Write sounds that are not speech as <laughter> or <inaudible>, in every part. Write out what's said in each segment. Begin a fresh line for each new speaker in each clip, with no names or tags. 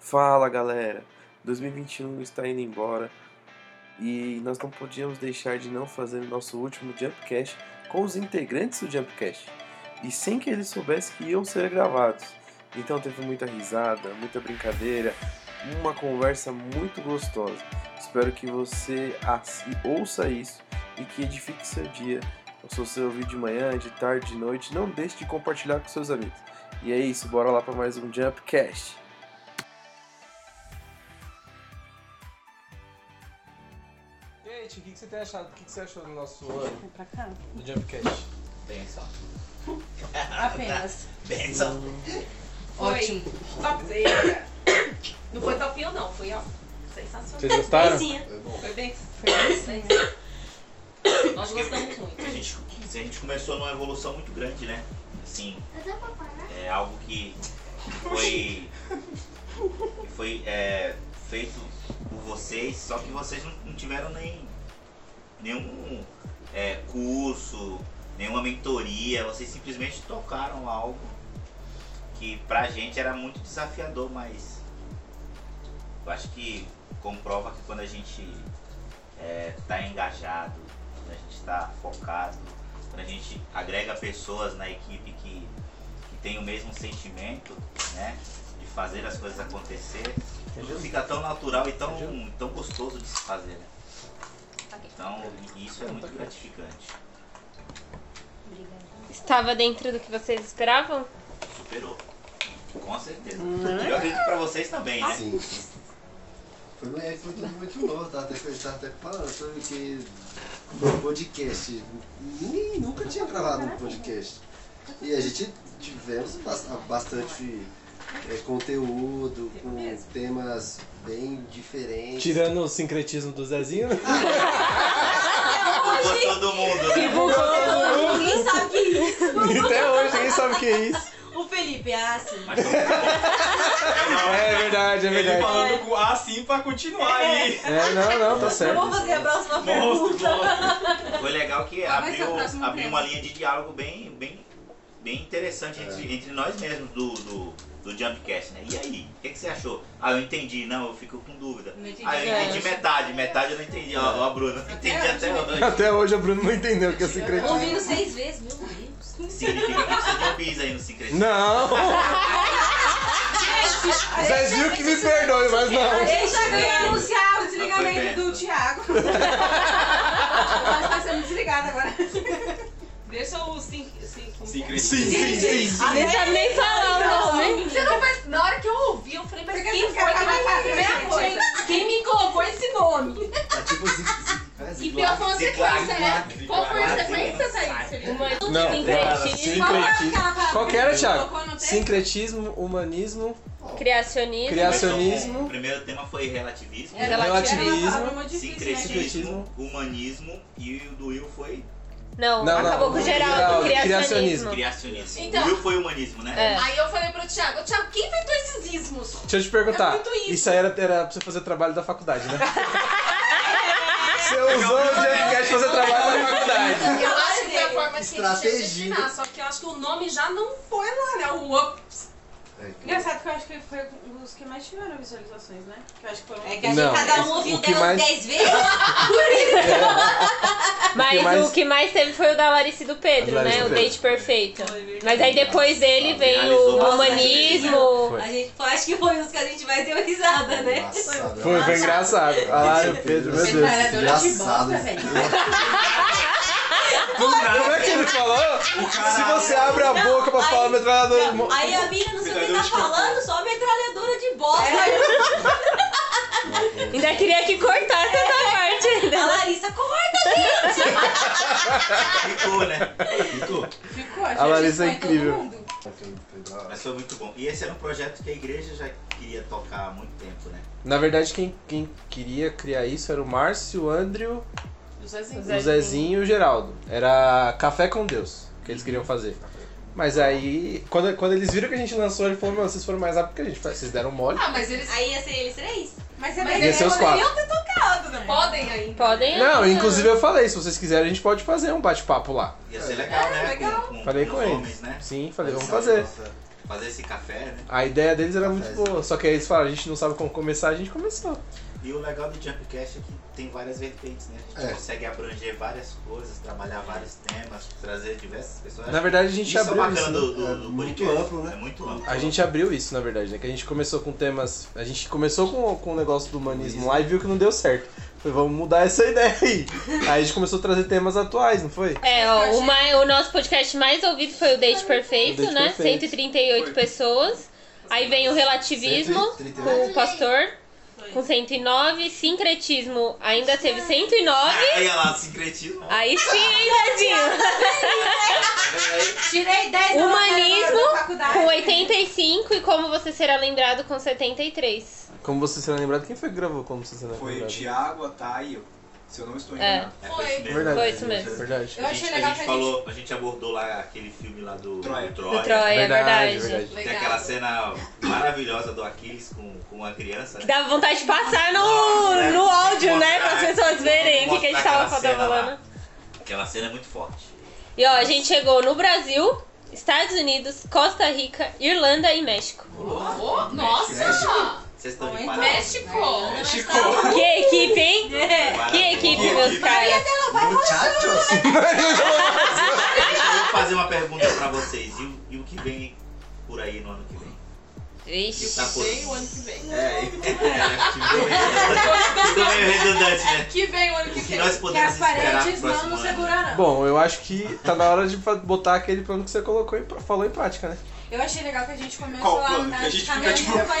Fala galera, 2021 está indo embora e nós não podíamos deixar de não fazer o nosso último Jumpcast com os integrantes do Jumpcast e sem que eles soubessem que iam ser gravados. Então teve muita risada, muita brincadeira, uma conversa muito gostosa. Espero que você assi- ouça isso e que edifique seu dia. Se você ouvir de manhã, de tarde, de noite, não deixe de compartilhar com seus amigos. E é isso, bora lá para mais um Jumpcast.
Gente, o que, que você tem achado? O que, que você achou do nosso ano
Vem pra cá?
do Jumpcast?
Benção.
Ah,
Apenas.
tá.
Benção.
Ótimo.
Topzera. Não foi topinho não, foi ó. Sensacional.
Vocês gostaram?
Benzinha. Foi bem.
Foi assim, né?
Nós gostamos muito.
A gente, a gente começou numa evolução muito grande, né? Assim, é algo que foi, que foi é, feito por vocês, só que vocês não, não tiveram nem nenhum é, curso, nenhuma mentoria, vocês simplesmente tocaram algo que pra gente era muito desafiador, mas eu acho que comprova que quando a gente é, tá engajado, quando a gente está focado, quando a gente agrega pessoas na equipe que, que tem o mesmo sentimento, né? De fazer as coisas acontecer, tudo fica tão natural e tão, tão gostoso de se fazer, né? Então isso é muito gratificante.
Estava dentro do que vocês esperavam?
Superou. Com certeza.
Hum.
E eu acredito que pra vocês também, né?
Sim. Foi uma época tudo é muito novo, tá? Até que eu estava até falando sobre que no podcast. Ninguém nunca tinha gravado um podcast. E a gente tivemos bas- bastante é, conteúdo, com temas bem diferentes.
Tirando o sincretismo
<laughs>
do Zezinho,
Por todo mundo, né?
Ninguém sabe o que é
<laughs> até hoje ninguém sabe o que é isso.
isso. O Felipe é
ah,
assim.
Mas
É verdade, é
Ele
verdade.
falando com A assim pra continuar aí.
É, não, não, tá
Eu
certo.
vou fazer a próxima
Monstro,
pergunta.
monstro.
Foi legal que
Qual vai ser
abriu,
o próximo
abriu
tema?
uma linha de diálogo bem, bem, bem interessante
É.
entre, entre nós mesmos do, do, do Jumpcast, né? E aí, o que, que você achou? Ah, eu entendi. Não, eu fico com dúvida.
Não entendi.
Ah, eu
É.
entendi metade, metade eu não entendi. Ó, ó, Bruno, não entendi até
né?
hoje.
Até hoje o Bruno não entendeu o que é sincretismo.
Ouvindo seis vezes, meu
<laughs>
Deus.
Significa que precisa de um bis aí no Sincretismo.
Não!
Ah, é
Zezinho que me perdoe, mas não.
Ele já ganhou um
anunciar o
Foi
desligamento
perto.
do
<laughs>
Thiago. Mas tá sendo desligado agora.
Deixa o cinco. cinco-
Sincretismo.
Sim, sim, sim. sim.
Nem sabe
É,
nem né? falar o nome.
Você não vai- Na hora que eu ouvi, eu falei, mas
Você quer
quem foi que
ficar com a
me
cara
primeira
da
coisa? Quem me colocou esse nome?
Tá tipo zi- zi- é,
E
ziglar.
pior foi a sequência, né? Qual foi a
é
sequência, Thaís?
Uma
Ah, é
Não,
sincretismo,
sincretismo. Qual que era, Thiago?
Colocou no texto?
Sincretismo, humanismo,
criacionismo.
criacionismo,
O primeiro tema foi
É
relativismo.
Era
relativismo,
né?
né, Sincretismo,
Sincretismo.
humanismo e o do Will foi
Não,
Não, não,
acabou com o geral,
geral,
do criacionismo.
criacionismo. o
Então-
Will foi humanismo, né?
É.
Aí eu falei pro Thiago, Thiago, quem inventou esses
<laughs>
ismos?
Deixa eu te perguntar.
É muito isso.
aí era, era pra você fazer trabalho da faculdade, né? você usou o Jumpcast pra fazer trabalho da faculdade.
Eu acho que foi a forma que a gente tinha de
Estratégia.
ensinar, só que eu acho que o nome já não foi lá, né? O up.
É,
Engraçado que eu acho que foi um dos que mais tiveram visualizações, né? Que eu acho que foram.
É que a gente,
Não,
cada um
o-
ouviu
o que
dela
mais-
dez vezes.
O
Mas
que mais-
o que mais teve foi o da Larissa e do Pedro,
A Larissa
né?
e
O
do Pedro.
date perfeito. Mas aí depois dele vem o
Finalizou.
humanismo.
Foi.
A gente foi- acho que foi os que a gente mais deu risada, né?
Engraçado.
Foi, foi engraçado. A Lara e o Pedro, meu Deus.
Engraçado.
Tipo,
Como é que ele falou? Se você abre a boca pra
aí-
falar metralhadora de
Aí a mina não sei o que tá
Metralhadora de
falando, só metralhadora de bosta.
Ainda queria que cortasse essa parte
A
ainda.
Larissa é? corta.
Ficou, né?
Ficou, acho
A Larissa
que foi
é incrível.
Todo mundo.
Mas foi muito bom. E esse era um projeto que a igreja já queria tocar há muito tempo, né?
Na verdade, quem, quem queria criar isso era o Márcio, o Andrew,
O
o
Zezinho.
Zezinho e o Geraldo. Era Café com Deus que eles queriam fazer. Mas aí, quando, quando eles viram que a gente lançou, ele falou: Mano, vocês foram mais rápido que a gente. Vocês deram mole.
Ah, mas eles
Aí ia ser eles três.
Mas é
Mas
bem
Ia ser os quatro.
podem ainda.
Podem
Não, inclusive eu falei, se vocês quiserem, a gente pode fazer um bate-papo lá.
É.
Ia ser legal, né?
legal.
Com, com,
Falei
os
com eles.
homens, né?
Sim, falei, vamos fazer.
fazer esse café, né?
A ideia deles era muito boa, só que aí eles falaram, a gente não sabe como começar, a gente começou.
E o legal do Jumpcast é que tem várias vertentes, né? A gente
É.
consegue abranger várias coisas, trabalhar vários temas, trazer diversas pessoas.
Na verdade, a gente
Isso é
abriu
bacana
isso.
do, do,
É
do
muito
podcast.
amplo, né?
É muito amplo.
A gente abriu isso, na verdade, né? Que a gente começou com temas. A gente começou com, com o negócio do humanismo lá e viu que não deu certo. Falei, vamos mudar essa <laughs> ideia aí. aí a gente começou a trazer temas atuais, não foi?
É, ó, o, mai- o nosso podcast mais ouvido foi o Date Perfeito,
O Date
né?
Perfeito.
138 pessoas. Aí vem o Relativismo,
138.
com o Pastor, com 109. Sincretismo ainda teve 109.
Aí olha lá, sincretismo.
Aí sim, hein, Dadinho?
Tirei 10 na
Humanismo
matéria da faculdade.
Com 85 e Como Você Será Lembrado com 73.
Como você será lembrado, quem foi que gravou como você será
Foi o
lembrado?
Thiago, a Thay, eu- se eu não estou
É.
enganado.
É, foi isso mesmo.
Verdade.
Foi isso mesmo.
É Verdade.
Eu
A
achei
gente, a
legal
gente
que a gente-
falou, a gente abordou lá aquele filme lá do
Troia.
do
Do Troia, é verdade.
verdade.
Tem aquela cena maravilhosa do Aquiles com, com a criança.
Que
né?
dava vontade de passar no, no áudio, né? Para as pessoas verem o que, que a gente tava
Mostrar aquela cena
falando.
lá. Aquela cena é muito forte.
E ó, a gente chegou no Brasil, Estados Unidos, Costa Rica, Irlanda e México.
Ô, nossa!
Vocês estão de
Aumenta.
parabéns.
México!
México!
Que equipe, hein? Que equipe, meus caras.
Muchachos!
Eu vou fazer uma pergunta pra vocês. E, o- e o que vem por aí no ano que vem?
Vixe.
Tá por...
Vem o ano que vem.
É, é, é, ficou meio- ficou meio redundante, né?
É, Que vem o ano que
O que
vem.
nós
Que
podemos
as
esperar pro
paredes não
próximo
nos
ano?
segurarão.
Bom, eu acho que tá na hora de fa- botar aquele plano que você colocou e pra- falou em prática, né?
Eu achei legal que a gente
Qual
começou
o
a
plano?
andar
Que a gente
de
fica,
caminhão
tipo,
pra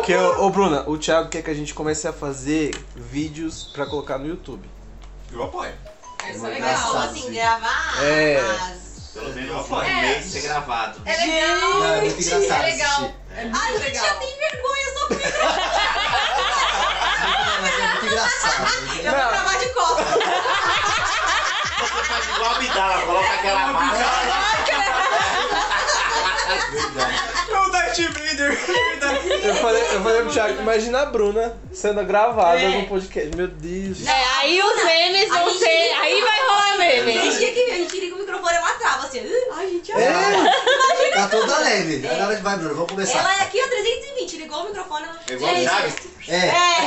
<laughs>
Que é, ô Bruna, o Thiago quer que a gente comece a fazer vídeos pra colocar no YouTube.
Eu apoio.
Isso é
Engraçado.
legal.
assim,
gravar
É.
Pelo menos um ano e meio de ser gravado.
É legal.
Não, é muito engraçado
é legal.
assistir.
É muito legal.
Não, mas é muito engraçado.
Não.
Gravar de costas.
Você faz igual a Abdala, coloca
É.
aquela marca.
Verdade.
É o Darth Vader!
Eu falei, eu falei pro Thiago, imagina a Bruna sendo gravada
É.
no podcast. Meu Deus.
É, aí os memes vão
Aí-
ser. Aí vai rolar
A gente
meme.
tinha que ver, a gente liga o
é
microfone, ela trava assim. "Ah, Ai, gente, ela
É, tá toda leve. Agora vai, Bruno, vamos
Ela é
começar.
aqui, ó, 320, ligou o microfone, ela...
É igual o Chaves.
É,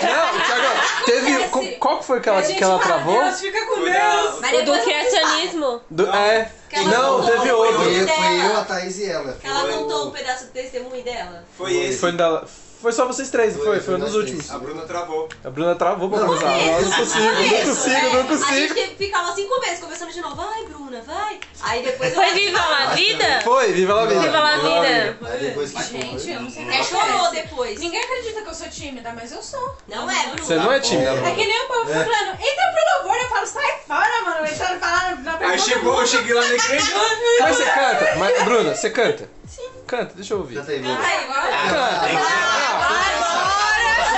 Não, Thiago, teve. co- Qual que foi que ela, que ela travou?
Foi da-
Mas
O do
depois
criacionismo.
Do- é.
ela
Não,
voltou,
teve
foi
outro.
eu, foi eu, a Thaís e ela.
Ela
Foi
contou
o-
um pedaço do testemunho dela.
Foi esse.
Foi, da, foi só vocês três, não
Foi,
foi? Foi um
foi
dos
nós
últimos.
A Bruna travou.
A Bruna travou pra
Não,
começar.
isso,
Eu não consigo, não
isso,
consigo, não
É. A gente
consigo.
teve- ficava cinco meses conversando de novo. Vai, Bruna, vai. Aí depois
Foi
ela...
viva a vida?
Foi, viva la vida.
Viva la vida.
Aí depois que
Gente, eu não sei o que
Aí chorou
acontece.
depois.
Ninguém acredita que eu sou tímida, mas eu sou.
Não é, Bruna.
Você não é tímida,
É
Bruna.
que nem o povo falando, entra pro louvor, eu falo, sai fora, mano. Entraram falar na pergunta.
Aí chegou, eu cheguei lá na igreja.
Mas você canta, mas, Bruna, você canta? Sim. Canta, deixa eu ouvir.
Canta aí, Bruno.
Ai, agora...
Canta.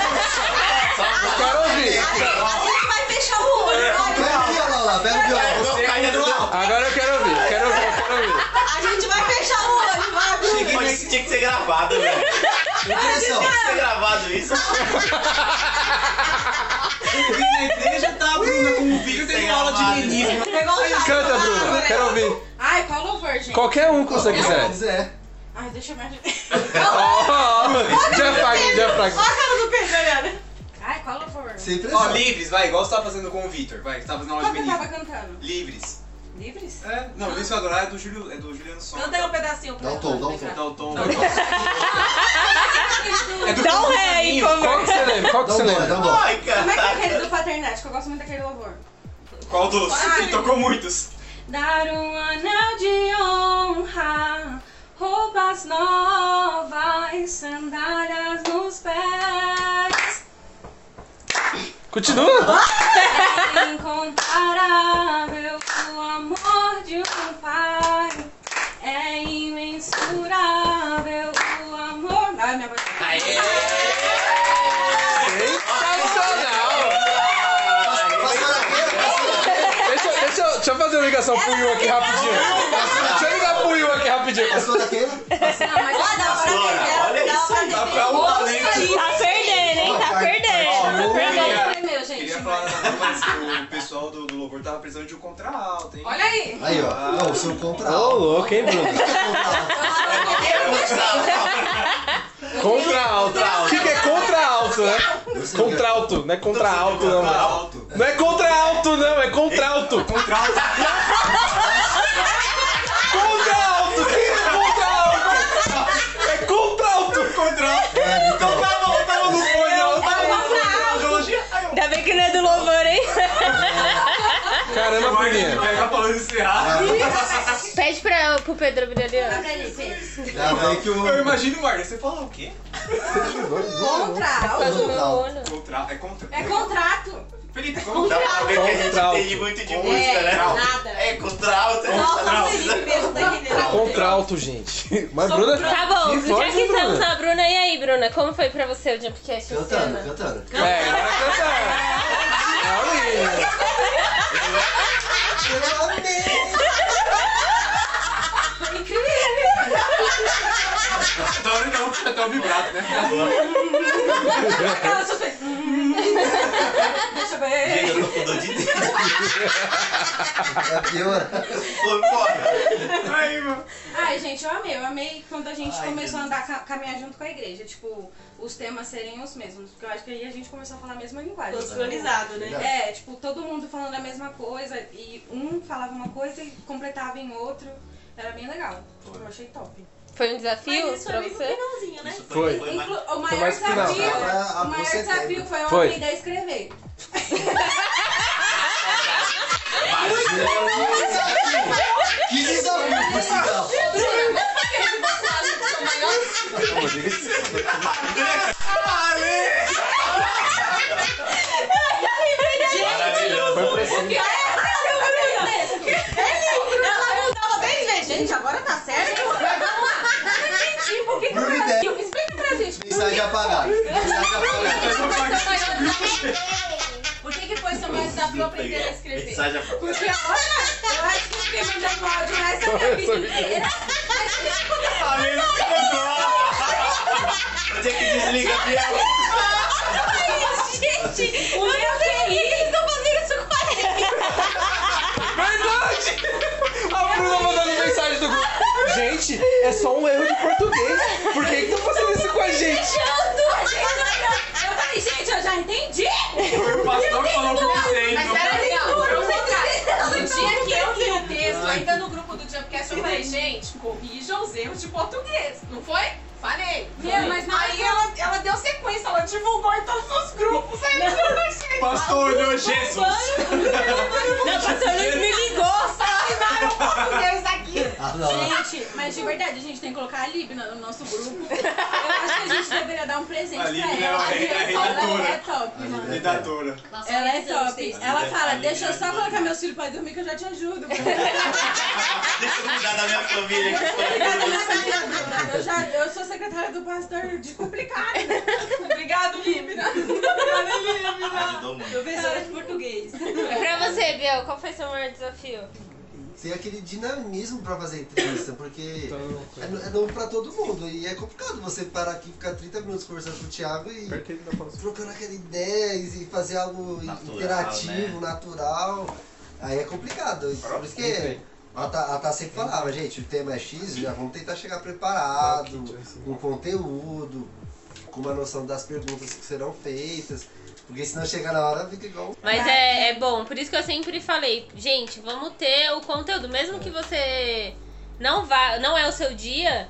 A gente vai fechar
Eu quero ouvir.
o olho, vai.
Pega o violão lá, pega o violão.
Agora eu quero ouvir, quero ouvir, eu quero ouvir.
A gente vai fechar o olho, vai, Bruna.
Mas isso tinha que ser gravado, velho. Tinha
Impressão.
que ser gravado isso.
Cheguei na igreja, tá a Bruna com o vídeo
Sem
tendo aula de
amado.
menino.
Pegou o chá.
Canta, Bruna, quero ouvir.
Ah, Ai, qual louvor, gente?
Qualquer um que você quiser.
quiser.
Ai, deixa eu <laughs> imaginar.
Oh, diafragma, diafragma.
Olha a cara do Pedro, olhando.
Ai, qual louvor?
Sem
Ó,
impressão.
livres, vai, igual você tava fazendo com o Victor. Vai, que tava fazendo aula
Qual
de
que eu
menino.
tava cantando?
Livres.
Livres?
É, não, Livres que eu adorar é do, Júlio, é do Juliano Som.
Canta aí um pedacinho. pra
Dá o
ela.
tom, dá o tom.
Dá o tom.
Ai,
do
Dá um
Campos
ré aí,
Caminho.
por
Qual
favor.
que você lembra? Qual que
Dá
você
um bom, dá
lembra?
um bom.
Ai,
Como é que é
cara.
aquele do Paternidade, que eu gosto muito daquele louvor?
Qual dos?
Ai.
Ele tocou muitos.
Dar um anel de honra, roupas novas, sandálias nos pés.
Continua?
Incomparável o amor de um pai. É imensurável o amor. Ai, minha voz.
é? Então, Sensacional!
Passou na feira, passou na feira.
Deixa, eu- deixa, eu- deixa eu fazer uma ligação pro Will aqui rapidinho. Deixa eu ligar pro Will aqui rapidinho.
Passou na feira.
Não, mas
Ó, dá pra defender,
Olha
dá
isso
pra
aí, dá
né?
defender.
pra um
Nossa,
talento.
aí.
Tá perdendo, hein? Tá perdendo.
Foi meu, gente.
Queria tinha falado na mas o pessoal do, do Louvor tava precisando de um contra-alto,
tá-"
hein?
Olha aí.
Aí, ó. Não, o seu contra
Ô,
alto.
louco, hein, Bruno? Contra alto. O que, que é contra alto, né? Contra alto, não é contra alto, não. mano.
Contra-alto.
Não é contra alto, não, é contra alto.
Contra-alto.
Contra alto! Que é contra alto? É contra alto! Contra alto!
Então tava, eu tava no fone, eu tava no fone.
Ainda bem que não é do louvor, hein?
Caramba, Bruninha.
Pegar tá falando isso errado.
Pede pra, pro Pedro abrir ali, ó.
Já vem que o.
Eu imagino o Wagner, você fala o quê?
Contra.
Faz o meu
Não.
olho.
Contra, é contra.
É contrato.
Felipe, contra.
Dá pra ver que a gente
Contralto.
entende muito de música,
É,
né?
nada.
É, contra alto, é contra
Nossa,
alto.
Felipe, mesmo tá
É
entendendo.
Contra alto, gente. Mas, é Bruna.
Tá bom,
Que
já que
forte,
estamos
Bruna.
na Bruna, e aí, Bruna? Como foi pra você o é Jumpcast esse
Cantando,
ano?
cantando.
É, agora É, canta. Olha.
Eu amei!
Adoro não, até o vibrato, né?
Aquela só fez. hum. Deixa eu ver.
Gente, eu tô com dor de dente.
É pior.
Foi fora.
Aí, mano.
Ai, gente, eu amei. Eu amei quando a gente
Ai,
começou a
meu
andar, ca- caminhar junto com a igreja. Tipo, os temas serem os mesmos. Porque eu acho que aí a gente começou a falar a mesma linguagem.
Tô sincronizado, né?
É, tipo, todo mundo falando a mesma coisa. E um falava uma coisa e completava em outro. Era bem legal. Eu achei top.
Foi um desafio
Mas isso
é
pra
foi bem no
você?
finalzinho, né?
Isso
Foi.
foi mais-
Inclu- o maior
mais pro final.
desafio,
Ah,
o maior
você tem.
desafio foi eu
Foi.
aprender a escrever.
Que desafio, por sinal.
Maravilhoso.
Foi preciso.
Ela mudava três vezes. Gente, agora tá certo? Vamos lá. Eu não entendi. Por que que
Bruno e
foi assim? Explica pra gente.
Mensagem apagada. Mensagem apagada.
Por que que foi seu maior desafio aprender a escrever?
Mensagem apagada.
Porque olha, eu acho que eu fiquei mandando áudio mais da é minha vida inteira.
Vou ter que desliga a piada.
Gente, o meu TI. Estão fazendo isso com a gente.
Verdade! A Bruna mandando mensagem do grupo. Gente, é só um erro de português. Por que estão fazendo isso com a gente?
Eu falei, gente, eu já entendi.
Foi o pastor que falou com você,
Mas
então.
assim.
peraí, não, vamos entrar.
é
No dia que eu li o texto, ainda no grupo do Jumpcast, eu falei, gente, corrijam os erros de português. Não foi? Falei.
Meu, mas não
Aí ela, ela deu sequência, ela divulgou em todos os grupos. Aí eu não achei.
O pastor olhou Jesus.
Não, pastor Luiz me ligou.
Assinaram o português aqui.
Ah, não.
Gente, mas de verdade, a gente tem que colocar a Libna no nosso grupo. Eu acho que a gente deveria dar um presente
A
pra
Libna
ela.
é- é
porque ela
redatora.
é top, mano.
Me dá dor.
Ela é top. Ela
Libna- a
fala,
Libna
deixa eu só
ajuda.
colocar meus filhos pra dormir que eu já te
<laughs>
ajudo.
Deixa eu cuidar da minha família. que foi-
Obrigada, minha família. Eu, já, eu sou secretária do pastor de complicado. Obrigado, Libna.
Ajudou muito.
Professora de português.
E pra você, Biel, qual foi seu maior desafio?
Tem aquele dinamismo pra fazer entrevista, porque é, no- é novo pra todo mundo. E é complicado você parar aqui e ficar 30 minutos conversando com o Thiago e trocando aquela ideia e fazer algo
Natural,
interativo, natural. Aí é complicado. Por isso que ela tá, ela tá sempre falava, gente, o tema é X, já vamos tentar chegar preparado, com conteúdo, com uma noção das perguntas que serão feitas. Porque senão chegar na hora fica igual.
Mas é, é bom, por isso que eu sempre falei, gente, vamos ter o conteúdo, mesmo que você não vá, não é o seu dia,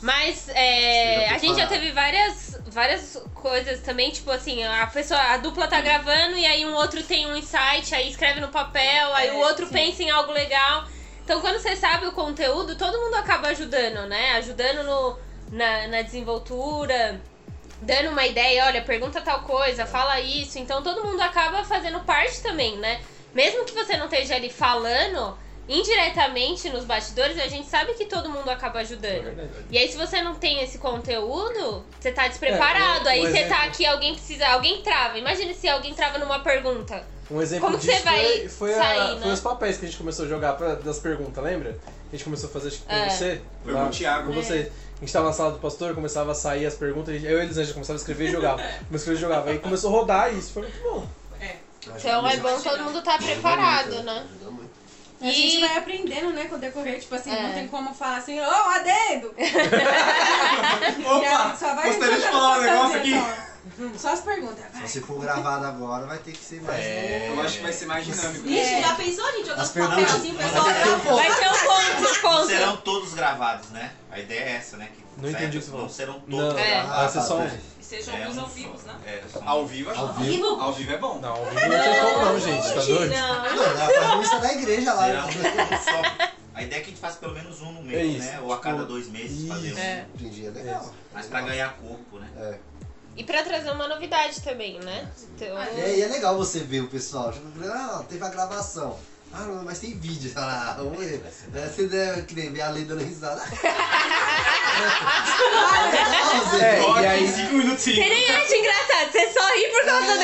mas é,
Esteja
a gente já
preparado.
teve várias, várias coisas também, tipo assim, a pessoa, a dupla tá gravando e aí um outro tem um insight, aí escreve no papel, aí o outro pensa em algo legal. Então quando você sabe o conteúdo, todo mundo acaba ajudando, né? Ajudando no, na, na desenvoltura, dando uma ideia, olha, pergunta tal coisa, fala isso. Então todo mundo acaba fazendo parte também, né? Mesmo que você não esteja ali falando, indiretamente nos bastidores, a gente sabe que todo mundo acaba ajudando. E aí se você não tem esse conteúdo, você tá despreparado.
É É, um- um
aí você tá
exemplo.
aqui, alguém precisa, alguém trava. Imagina se alguém trava numa pergunta.
Um exemplo
Como que
disso
você vai
foi, foi, a-
sair, né?
foi os papéis que a gente começou a jogar pra, das perguntas, lembra? A gente começou a fazer acho que com
É.
você.
Foi
lá,
com o Thiago.
Com você. A gente tava na sala do pastor, começava a
<laughs>
sair as perguntas, a gente- eu e a Elisângela começava a escrever e jogava. Começava a escrever e jogava. Aí começou a rodar e isso foi muito bom.
É.
Então é bom todo mundo estar preparado, né?
Ajuda muito.
A gente
E
vai aprendendo, né, com o decorrer. Tipo assim,
É.
não tem como falar assim, ô, a dedo! E a
Opa!
gente só vai
Gostaria de
botando
falar um
botando
negócio aqui.
dentro, ó. então. Só as perguntas.
Só
vai.
se for gravado agora, vai ter que ser mais.
É, Eu acho que vai ser mais dinâmico.
Ixi, já pensou, gente? Jogando
As
um papelzinho, o
perguntas-
pessoal
é
gravou.
vai ter um conto, conto.
Serão todos gravados, né? A ideia é essa, né? Que
Não entendi o que você
Não
falou.
serão todos
Não,
É.
gravados.
vai ser só um.
velho.
E sejam
É,
alguns
um
ao
só.
vivo, né?
É, só um.
Ao vivo ajuda.
Ao vivo.
Ao vivo é bom.
Não, ao vivo não tem como não, gente. Tá doido?
Não.
Não, dá pra missa da igreja lá.
É.
né?
Será um só. A ideia é que a gente faça pelo menos um no mês,
É isso,
né? Ou a cada
tipo,
dois meses fazer um.
É.
Entendi, é legal.
Mas pra ganhar corpo, né?
É.
E pra trazer uma novidade também, né? Então,
Ah,
E aí
<laughs>
é legal você ver o pessoal. Tipo, ah, teve a gravação. Ah, não, mas tem vídeo. Ah, vamos ver. Né, Você deve que nem ver a lei dando
<laughs>
risada. Ah, legal, você
É,
vê.
Ó,
<laughs>
e aí-
5 minutinhos.
você nem acha engraçado, você só ri por
Ah, é.
causa dela.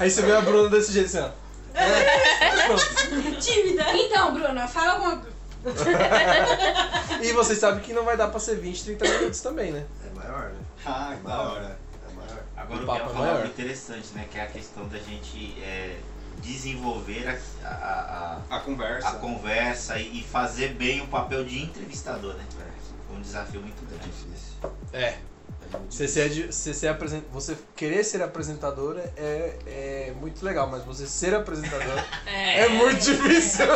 É
Aí você vê a Bruna desse jeito assim, ó.
<laughs>
É.
Tímida. Então, Bruna, fala alguma coisa.
E vocês sabem que não vai dar pra ser 20, 30 minutos também, né?
É maior, né?
Ah, que da hora.
É maior.
Agora
O
eu
papo
quero
é
falar
maior.
algo interessante, né? Que é a questão da gente é, desenvolver a, a- a-
A conversa.
a conversa e, e fazer bem o papel de entrevistador, né? Foi um desafio muito
É
grande.
difícil.
É.
É muito
Você, ser, de- você, ser apresen- você querer ser apresentadora é, é muito legal, mas você ser
<laughs>
apresentadora é, muito difícil.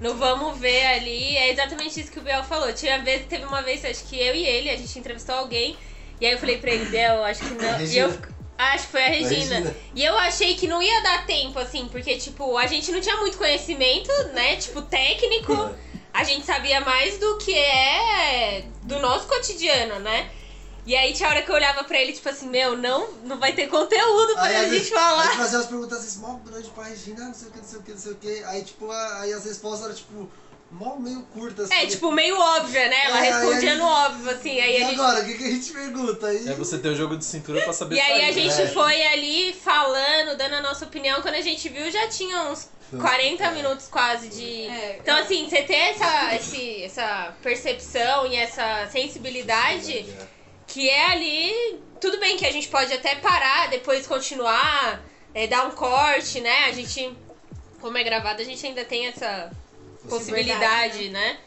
No Vamos Ver ali, é exatamente isso que o Biel falou. Tinha vez, teve uma vez, acho que eu e ele, a gente entrevistou alguém, e aí eu falei pra ele, Biel, acho que não. E eu,
Regina.
acho que foi a
Mas,
Regina. E eu achei que não ia dar tempo, assim, porque, tipo, a gente não tinha muito conhecimento, né? Tipo, técnico. A gente sabia mais do que é do nosso cotidiano, né? E aí tinha hora que eu olhava pra ele, tipo assim, meu, não, não vai ter conteúdo pra
Aí, às
a gente
vezes- <laughs>
falar.
Aí fazia umas perguntas assim, mó grande pra Regina, não sei o que, não sei o que, não sei o que. Aí, tipo, a- aí as respostas eram, tipo, mó meio curtas.
É,
assim.
tipo, meio óbvia, né? Ela
É, aí a
respondia
gente-
no óbvio, assim, aí
e
a gente
agora, o que, que a gente pergunta? Aí,
É você ter o jogo de cintura pra saber
E aí
sair.
a gente
É.
foi ali falando, dando a nossa opinião. Quando a gente viu, já tinha uns
é.
40 minutos quase de.
É,
Então, assim, você ter essa, esse- essa percepção e essa sensibilidade que é ali. Tudo bem que a gente pode até parar, depois continuar, é, dar um corte, né? A gente, como é gravado, a gente ainda tem essa possibilidade, né?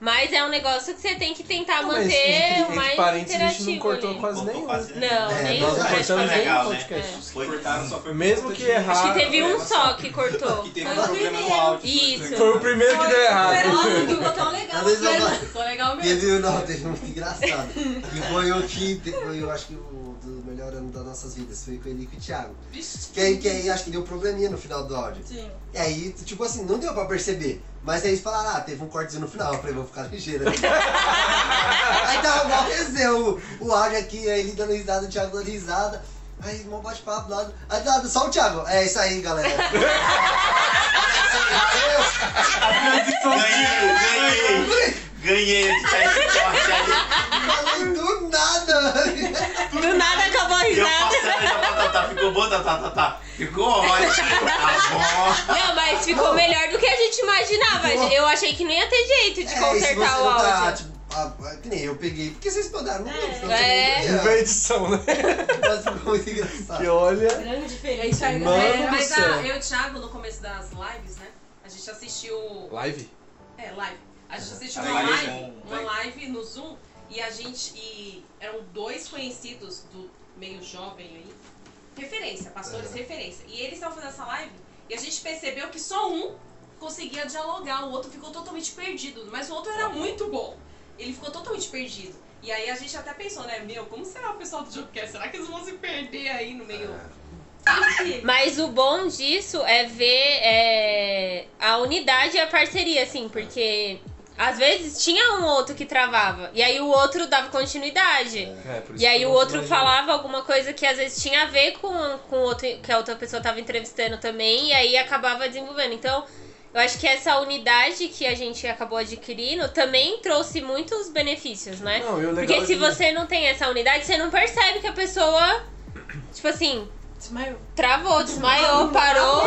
Mas é um negócio que você tem que tentar
Não, mas entre-
manter o
entre
mais
parênteses, a gente não
interativo.
cortou
ali.
quase
Cortou
nenhum.
quase
Não,
É,
nem
nós
o
não
resto
cortamos
foi
nem
legal,
o
né?
podcast.
Foi
Cortaram só foi
Mesmo
por
que
conta
Acho
de-
errar.
que teve um só que cortou.
E teve
Foi
um
o
problema no
primeiro.
áudio.
Isso.
Foi o primeiro que deu errado.
Nossa, que
é
botão legal.
Às vezes eu
né?
gosto.
Ficou legal mesmo.
Teve, não, teve um engraçado. Que foi o que foi, eu acho que o do melhor ano das nossas vidas. Foi com ele e com o Thiago.
Vixe.
Que aí, que aí acho que deu probleminha no final do áudio.
Sim.
E aí, tipo assim, não deu pra perceber. Mas aí eles falaram, ah, teve um cortezinho no final. Eu falei, vou ficar ligeiro.
<laughs>
aí tava mó resenha, o, o áudio aqui, aí ele dando risada, o Thiago dando risada. Aí mó bate-papo do lado. Aí do lado, só o Thiago. É isso aí,
<laughs>
galera.
Ganhei, ganhei. Ganhei de esse corte aí.
Falei do nada.
Do nada acabou a
E eu passando
risada.
já pra Tatá. Ficou bom, tá, Tatá, Tatá? Ficou ótimo. Tá bom.
Não, mas ficou melhor do que a gente imaginava. Eu achei que não ia ter jeito de
<laughs> É, e se
consertar
você
o
não tá,
áudio.
tipo, ah, ah, que nem eu peguei. Por que vocês mandaram? Não lembro, senão
É.
eu
Foi a
também
<laughs> edição, né?
podia. Mas assim, ficou muito
Que
engraçado.
olha.
Grande diferença. É isso aí,
Mano
galera.
do
Mas
céu.
a, eu e o Thiago, no começo das lives, né? A gente assistiu
Live?
É, live. A gente assistiu
Aí
uma
eles
live,
né?
vão-
uma live no Zoom e a gente. E eram dois conhecidos do meio jovem aí. Referência, pastores
É.
referência. E eles estavam fazendo essa live e a gente percebeu que só um conseguia dialogar, o outro ficou totalmente perdido. Mas o outro era muito bom. Ele ficou totalmente perdido. E aí a gente até pensou, né? Meu, como será o pessoal do Jobcast? Será que eles vão se perder aí no meio?
É.
Enfim.
Mas o bom disso é ver é, a unidade e a parceria, assim, porque às vezes tinha um outro que travava. E aí o outro dava continuidade.
É, por isso
E aí
que eu
o
não
outro
imaginei.
falava alguma coisa que às vezes tinha a ver com, com o outro que a outra pessoa tava entrevistando também, e aí acabava desenvolvendo. Então, eu acho que essa unidade que a gente acabou adquirindo também trouxe muitos benefícios, né?
Não, e o legal
Porque
é
se
que-
você não tem essa unidade, você não percebe que a pessoa, tipo assim,
Desmaiou.
travou, desmaiou, parou.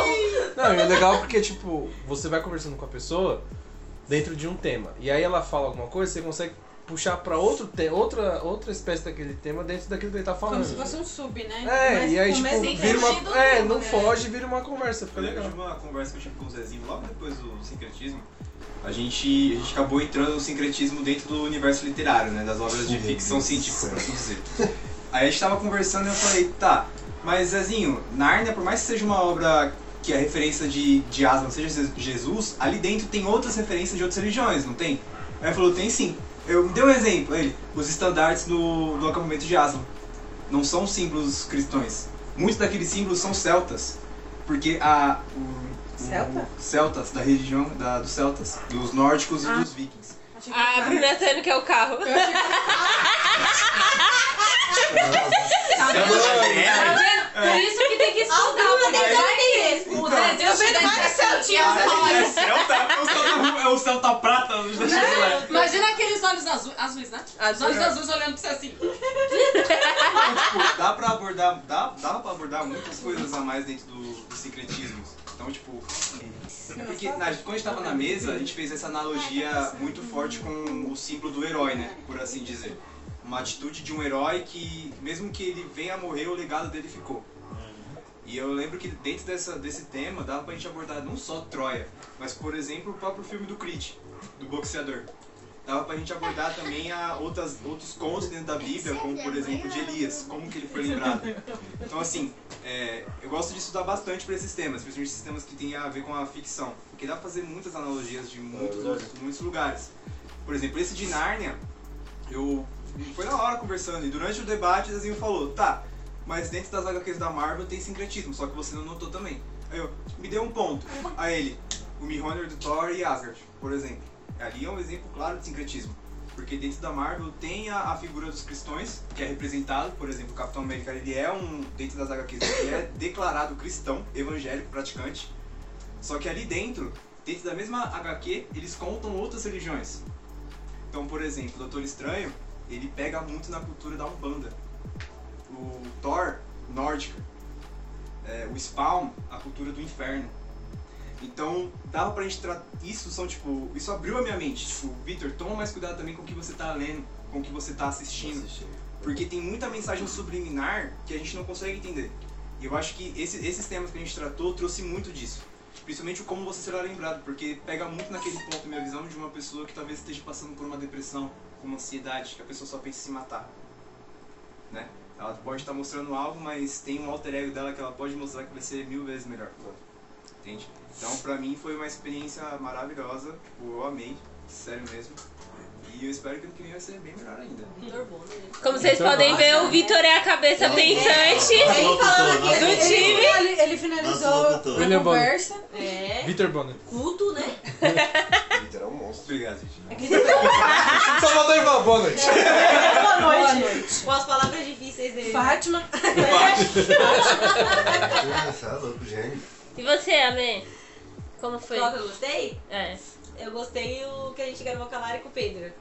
Não, e o legal é porque, tipo, você vai conversando com a pessoa dentro de um tema. E aí ela fala alguma coisa, você consegue puxar pra outro te, outra, outra espécie daquele tema dentro daquilo que ele tá
Como
falando.
se fosse um sub, né?
É,
Mas
e aí,
começa em
tipo, vira
sentido
uma. É,
novo,
não
né?
foge, vira uma conversa, fica
Eu lembro
legal.
de uma conversa que eu tive com o Zezinho logo depois do sincretismo. A gente, a gente acabou entrando no sincretismo dentro do universo literário, né? Das obras de
Meu
ficção
Deus do
científica,
céu.
por assim dizer. Aí a gente tava conversando e eu falei, tá, mas Zezinho, Narnia, por mais que seja uma obra que a referência de, de Aslan seja Je- Jesus, ali dentro tem outras referências de outras religiões, não tem? Aí ele falou, tem sim. Eu me dei um exemplo, ele, os estandartes do, do acampamento de Aslan não são símbolos cristãos. Muitos daqueles símbolos são celtas, porque a, o-
Celta?
o- celtas, da religião da, dos celtas, dos nórdicos
Ah.
e dos vikings.
Achei que
Ah,
era-
Bruna Tano que é o carro.
Tá vendo?
Celta da
Tá
Terra.
é.
vendo? Por isso que tem que estudar
Alguma
o
tem
português.
Então.
O
né,
Brasil
Eu vejo
chega
vários
daqui,
celtinhas
ó.
na hora.
É celta? É o celta, é o celta prata dos da Chile.
Imagina aqueles olhos azu- azuis, né? Os olhos azuis olhando pra você assim.
Tipo, dá pra abordar, dá, dá pra abordar muitas coisas a mais dentro do, do sincretismo. Então, tipo, É Porque na- quando a gente tava na mesa, a gente fez essa analogia muito forte com o símbolo do herói, né? Por assim dizer. Uma atitude de um herói que, mesmo que ele venha a morrer, o legado dele ficou. E eu lembro que dentro dessa, desse tema dava pra gente abordar não só Troia, mas por exemplo o próprio filme do Creed, do boxeador. Dava pra gente abordar também a outras, outros contos dentro da Bíblia, como por exemplo de Elias, como que ele foi lembrado. Então assim, é, eu gosto de estudar bastante pra esses temas, principalmente esses temas que tem a ver com a ficção. Porque dá pra fazer muitas analogias de muitos, outros- muitos lugares. Por exemplo, esse de Nárnia, eu. Foi na hora conversando, e durante o debate o Zezinho falou, tá, mas dentro das HQs da Marvel tem sincretismo, só que você não notou também. Aí eu, me deu um ponto. A ele, o Mihonir do Thor e Asgard, por exemplo. Ali é um exemplo claro de sincretismo. Porque dentro da Marvel tem a, a figura dos cristãos, que é representado, por exemplo, o Capitão América, ele é um, dentro das HQs, ele é declarado cristão, evangélico, praticante. Só que ali dentro, dentro da mesma HQ, eles contam outras religiões. Então, por exemplo, o Doutor Estranho, ele pega muito na cultura da Umbanda. O Thor, nórdica. É, o Spawn, a cultura do inferno. Então, dava pra gente tratar. Isso são, tipo. Isso abriu a minha mente. Tipo, Victor, toma mais cuidado também com o que você tá lendo, com o que você tá assistindo. Porque tem muita mensagem subliminar que a gente não consegue entender. E eu acho que esse- esses temas que a gente tratou trouxe muito disso. Principalmente o como você será lembrado, porque pega muito naquele ponto, minha visão, de uma pessoa que talvez esteja passando por uma depressão, com uma ansiedade, que a pessoa só pensa em se matar. Né? Ela pode estar mostrando algo, mas tem um alter ego dela que ela pode mostrar que vai ser mil vezes melhor. Entende? Então, pra mim, foi uma experiência maravilhosa. Pô, Eu amei, sério mesmo. E eu espero que ano que vem vai ser bem melhor ainda.
né?
Como vocês
Então
podem ver, o Vitor é a cabeça
Nossa.
pensante.
Nosso locutor,
Ele-
nosso locutor.
ele- Ele, ele
Nosso
finalizou a
locutor.
William Bonner.
conversa.
É,
Vitor Bonner.
culto, né?
Vitor é um monstro.
Obrigado, gente.
É que ele deu
Salvador Ivan, boa noite.
boa
Boa
noite.
noite. Com as palavras difíceis dele. é
Fátima.
Você é louco, gênio.
E você, Amê? Como foi?
Qual que eu gostei?
É.
Eu gostei o que a gente gravou com a Lara e com o Pedro.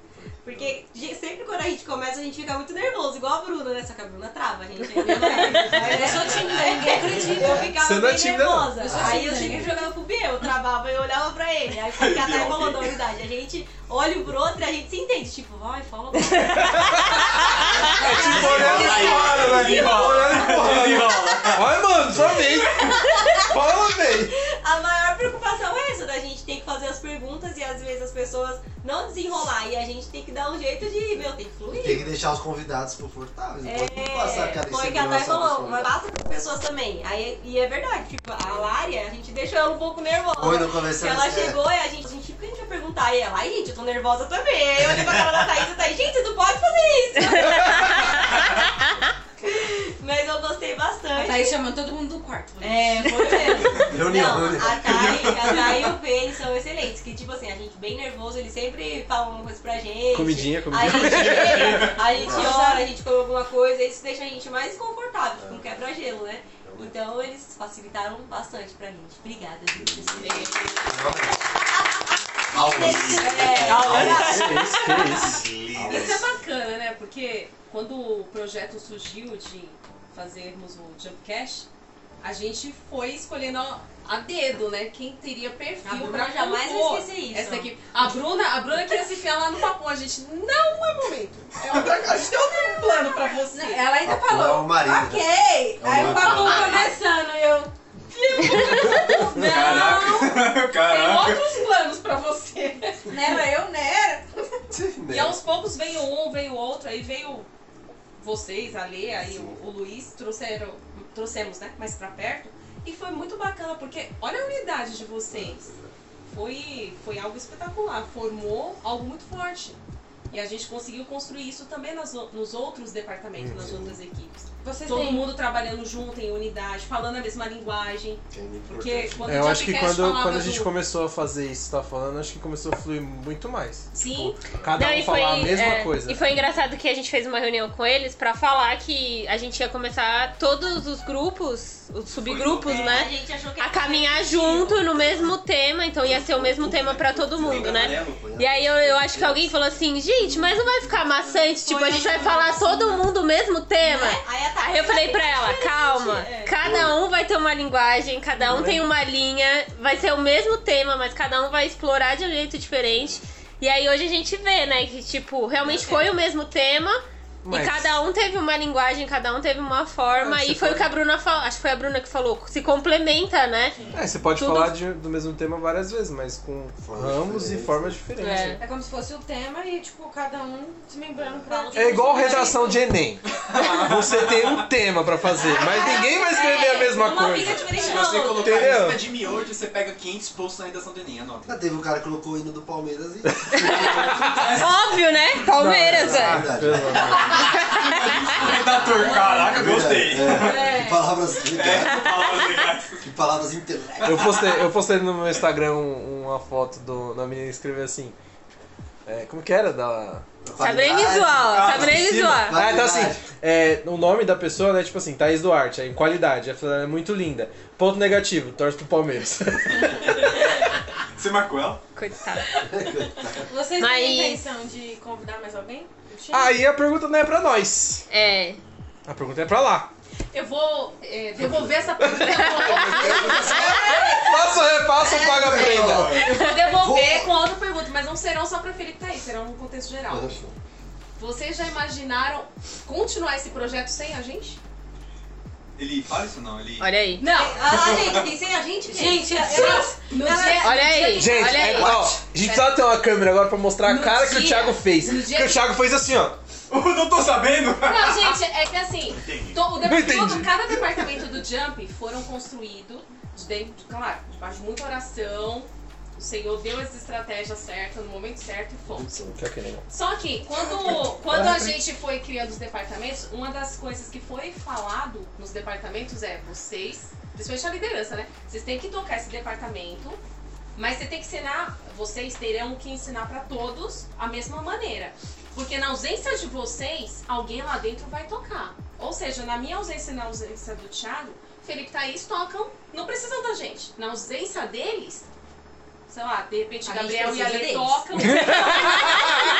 Porque ge- sempre quando a gente começa, a gente fica muito nervoso, igual a Bruna, né? Só que a Bruna trava, a gente. é nervosa.
<laughs> Eu sou tímida, ninguém acredita.
Eu ficava
Você não é
bem
tímida, não.
nervosa.
Eu sou
aí eu
tímida.
sempre jogava pro B, eu travava e eu olhava pra ele. Aí porque a Thay falou da unidade. A gente olha um pro outro e a gente se entende. Tipo, vai, fala. fala.
É tipo olhando fora, né? Olhando fora.
É.
Vai, mano, sua vez. Fala, véi.
A maior preocupação é essa, da gente ter que fazer as perguntas e às vezes as pessoas não desenrolar. E a gente tem que dar um jeito de, meu, tem que fluir.
Tem que deixar os convidados confortáveis. Não pode passar a
É,
cara de
foi o que a Thay falou, mas passa pras pessoas também. Aí, e é verdade, tipo, a Lária, a gente deixou ela um pouco
Foi
nervosa.
no começo
Porque ela
é.
chegou e a gente, a gente, o que a gente vai perguntar? E ela, ai gente, eu tô nervosa também. Aí eu olhei pra cara da Thaís e Thaís, gente, você não pode fazer isso. <laughs> mas eu gostei bastante.
Tá Aí chamando todo mundo do quarto. né?
É, foi mesmo.
Reunião,
Não,
reunião.
a Thay, a Thay e o Penny são excelentes. Que tipo assim, a gente bem nervoso, eles sempre falam uma coisa pra gente.
Comidinha,
A
comidinha.
gente, a gente ora, a gente come alguma coisa, isso deixa a gente mais confortável, tipo um quebra-gelo, né? Então eles facilitaram bastante pra gente. Obrigada, gente. É, obrigada.
Que isso, que isso.
Delícia.
Isso é bacana, né? Porque quando o projeto surgiu de fazermos o Jumpcast,
a gente foi escolhendo a, a dedo, né? Quem teria
A
perfil pra
Bruna jamais
compor
vai esquecer isso.
Essa daqui. A Bruna, a Bruna queria se enfiar lá no papão. A gente, não é momento. É outra,
<laughs>
a gente tem outro um plano pra você. Ela ainda
Papo
falou.
é o marido.
Ok!
É o
Aí o
marido.
papo começando e eu. Não, tem
Caraca.
outros planos pra você. Não era eu, né? Era. E
É.
Né?
aos poucos veio um, veio outro, aí veio vocês, a Lea e o, o Luiz, trouxeram, trouxemos né, mais pra perto. E foi muito bacana, porque olha a unidade de vocês. Foi, foi algo espetacular, formou algo muito forte. E a gente conseguiu construir isso também nas o- nos outros departamentos,
Uhum.
nas outras equipes.
Vocês
Todo
têm...
mundo trabalhando junto, em unidade, falando a mesma linguagem.
Que é muito
Porque
importante.
quando
É, eu
o
acho que
Jobcast
quando,
falava
quando a gente
do-
começou a fazer isso que você tá falando, acho que começou a fluir muito mais.
Sim,
Tipo, cada
Não,
um
e
falar a mesma
é,
coisa.
E foi engraçado que a gente fez uma reunião com eles pra falar que a gente ia começar todos os grupos, os subgrupos,
A
né?
gente achou que
A caminhar junto no mesmo tema, então ia ser o mesmo tema pra todo mundo, né? E aí eu, eu acho que alguém falou assim, gente, mas não vai ficar maçante, tipo, a gente vai falar todo mundo o mesmo tema.
Aí a
Aí eu falei pra ela, calma, cada um vai ter uma linguagem, cada um tem uma linha, vai ser o mesmo tema, mas cada um vai explorar de um jeito diferente. E aí hoje a gente vê, né, que tipo, realmente foi o mesmo tema
Mas-
e cada um teve uma linguagem, cada um teve uma forma
Ah, você
e foi
pode-
o que a Bruna falou, acho que foi a Bruna que falou, se complementa, né?
É, você pode
Tudo-
falar de- do mesmo tema várias vezes, mas com
Formas
ramos e
diferentes.
formas diferentes.
É.
É como se fosse o tema e, tipo, cada um se lembrando pra
É igual redação de Enem. Você tem um tema pra fazer, mas ninguém vai escrever
É,
a mesma
é uma
coisa.
amiga diferente
Se
da
você
outra.
colocar
Entendeu?
em cima de miojo, você pega 500 pontos na redação do Enem, anota.
Ah, teve um cara que colocou o hino do Palmeiras e.
Óbvio, né? Palmeiras,
Não,
é.
não, não.
Pelo amor de Deus.
Redator,
É
caraca, gostei.
É, Que palavras legais.
Palavras legais.
é.
Que palavras intelectuais.
Eu postei, eu postei no meu Instagram um- uma foto do, da menina que escreveu assim. é, como que era? Da.
Sabrina É Visual, Sabrina Visual.
Ah, então assim, é, o nome da pessoa, né? Tipo assim, Thaís Duarte, em qualidade. Ela falou, "Ela é muito linda. Ponto negativo, torce pro Palmeiras.
<laughs>
<laughs>
Você marcou ela?
Coitado.
Vocês
Mas-
têm intenção de convidar mais alguém? do time?
Aí a pergunta não é pra nós.
É.
A pergunta é pra lá.
Eu vou é, devolver essa pergunta. <laughs>
Passa, repassa, paga a prenda.
Eu vou devolver com outra pergunta, mas não serão só pra Felipe Thaís, serão no contexto
é
geral.
Uhum.
Vocês já imaginaram continuar esse projeto sem a gente?
Ele fala isso não, ele...
Olha aí.
Não!
Ah, gente, tem sem a gente?
Gente, eu-
No dia,
Olha aí.
Gente,
olha aí.
é- ó, a gente precisava ter uma câmera agora pra mostrar a
No
cara que o
dia-
Thiago fez.
no dia
Porque o
que-
Thiago fez assim, ó.
<laughs> Eu não tô sabendo!
Não, gente, é que assim,
Entendi.
to- o de-
Não entendi.
todo- cada departamento do Jump foram construídos, de- claro, debaixo de muita oração. O Senhor deu as estratégias certas, no momento certo e fomos.
Quer que é não?
Só que quando, quando a gente foi criando os departamentos, uma das coisas que foi falado nos departamentos é vocês, principalmente a liderança, né? Vocês têm que tocar esse departamento, mas você tem que ensinar, vocês terão que ensinar pra todos a mesma maneira. Porque na ausência de vocês, alguém lá dentro vai tocar. Ou seja, na minha ausência e na ausência do Thiago, Felipe e Thaís tocam, não precisam da gente. Na ausência deles, sei lá, de repente
A gente
Gabriel e a
precisa
Lê
deles.
tocam.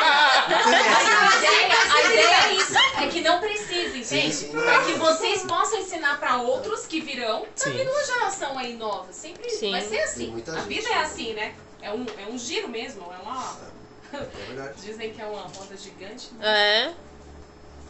<laughs>
A ideia, a ideia é isso, é que não precisa, entende?
Sim.
Pra que vocês possam ensinar pra outros que virão, pra
Sim.
vir uma geração aí nova. Sempre
Sim.
vai ser
Tem
assim.
muita
A
gente,
vida é
né?
assim, né? É um, é um giro mesmo, é uma.
É verdade.
Dizem que é uma roda gigante, mas
É.